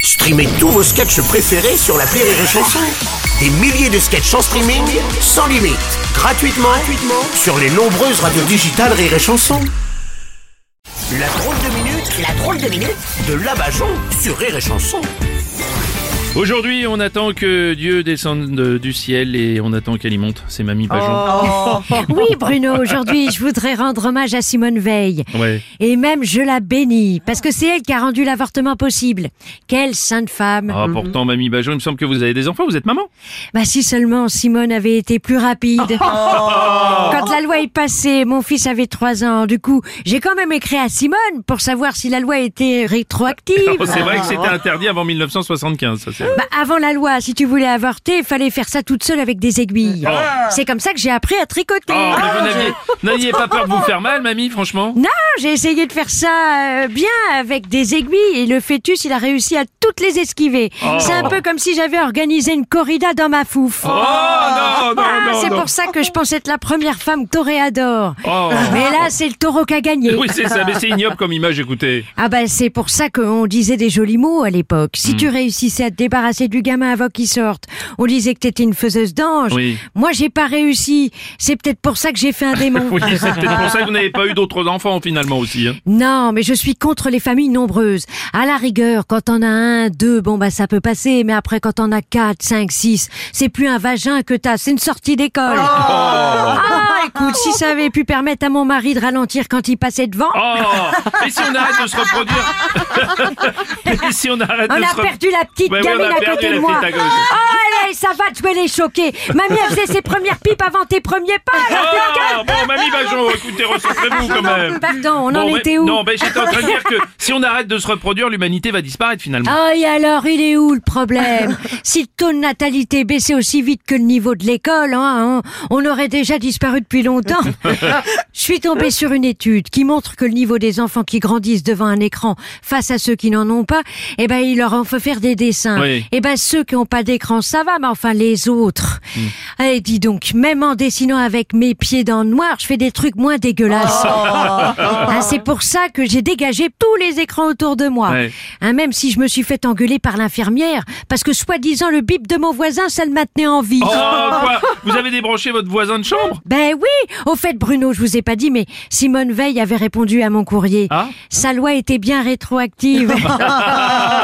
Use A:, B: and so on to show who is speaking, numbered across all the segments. A: Streamez tous vos sketchs préférés sur la Rire et Chanson. Des milliers de sketchs en streaming, sans limite, gratuitement, gratuitement sur les nombreuses radios digitales Rire et Chanson. La drôle de minute, la drôle de minute de Labajon sur Rire et Chanson.
B: Aujourd'hui, on attend que Dieu descende de- du ciel et on attend qu'elle y monte. C'est Mamie
C: Oh.
B: Pajon.
C: Oui, Bruno, aujourd'hui, je voudrais rendre hommage à Simone Veil.
B: Ouais.
C: Et même, je la bénis, parce que c'est elle qui a rendu l'avortement possible. Quelle sainte femme.
B: Ah, pourtant, Mamie Bajon, il me semble que vous avez des enfants, vous êtes maman.
C: Bah, si seulement Simone avait été plus rapide. Quand la loi est passée, mon fils avait trois ans. Du coup, j'ai quand même écrit à Simone pour savoir si la loi était rétroactive.
B: Oh, c'est vrai que c'était interdit avant 1975, ça c'est.
C: Bah, avant la loi, si tu voulais avorter, fallait faire ça toute seule avec des aiguilles. C'est comme ça que j'ai appris à tricoter.
B: Oh, mais vous n'aviez- n'aviez pas peur de vous faire mal, Mamie, franchement
C: bah, Non, j'ai essayé de faire ça euh, bien avec des aiguilles et le fœtus, il a réussi à toutes les esquiver. C'est un peu comme si j'avais organisé une corrida dans ma fouf.
B: Oh, non, non,
C: Ah,
B: non,
C: c'est
B: non.
C: pour ça que je pensais être la première femme toréador.
B: Oh.
C: Mais là, c'est le taureau qui a gagné.
B: Oui, c'est ça, mais c'est ignoble comme image, écoutez.
C: Ah bah c'est pour ça qu'on disait des jolis mots à l'époque.
B: Hmm.
C: Si tu réussissais à te débarrasser du gamin avant qu'il sorte, on disait que t'étais une faiseuse d'ange.
B: Oui.
C: Moi j'ai pas réussi. C'est peut-être pour ça que j'ai fait un démon.
B: Oui, c'est peut-être pour ça que vous n'avez pas eu d'autres enfants, finalement, aussi. hein.
C: Non, mais je suis contre les familles nombreuses. À la rigueur, quand on a un, deux, bon bah ça peut passer, mais après quand on a quatre, cinq, six, c'est plus un vagin que t'as, c'est une sortie d'école.
B: Oh.
C: ah, écoute, si ça avait pu permettre à mon mari de ralentir quand il passait devant,
B: Oh Et si on arrête de se reproduire Et si on arrête
C: on
B: de
C: a
B: se reproduire
C: perdu la petite
B: Ouais, ouais, on a
C: gamine à
B: perdu
C: côté
B: la
C: de moi.
B: petite à gauche.
C: Oh, allez, ça va, tu es les choquer. Mamie, elle faisait ses premières pipes avant tes premiers pas. alors t'es calme.
B: Oh, bon, Mamie Bajon, écoutez, recentrez-vous Ah, quand même.
C: Pardon, on en
B: Bon, ouais,
C: était où
B: Non, ben j'étais en train de dire que si on arrête de se reproduire, l'humanité va disparaître finalement.
C: Ah, et alors, il est où le problème Si le taux de natalité baissait aussi vite que le niveau de l'école, hein, hein, on aurait déjà disparu depuis longtemps. Je suis tombée sur une étude qui montre que le niveau des enfants qui grandissent devant un écran face à ceux qui n'en ont pas, eh ben, il leur en faut faire des dessins.
B: Oui.
C: Eh ben, ceux qui n'ont pas d'écran, ça va, mais enfin, les autres.
B: Hmm.
C: Allez, dis donc, même en dessinant avec mes pieds dans le noir, je fais des trucs moins
B: Oh.
C: dégueulasses. Ah, c'est pour ça que j'ai dégagé tous les écrans autour de moi.
B: Ouais.
C: Hein, même si je me suis fait engueuler par l'infirmière, parce que soi-disant le bip de mon voisin, ça le maintenait en vie.
B: Oh, quoi Vous avez débranché votre voisin de chambre
C: Ben oui Au fait, Bruno, je vous ai pas dit, mais Simone Veil avait répondu à mon courrier.
B: Ah
C: Sa loi était bien rétroactive.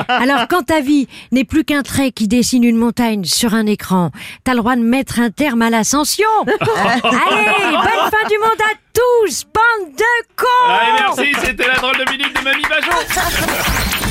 C: Alors, quand ta vie n'est plus qu'un trait qui dessine une montagne sur un écran, t'as le droit de mettre un terme à l'ascension. Allez, bonne fin du monde à tous, bande de cons Ah.
B: Allez, merci, c'était la drôle de minute de Mamie Bajon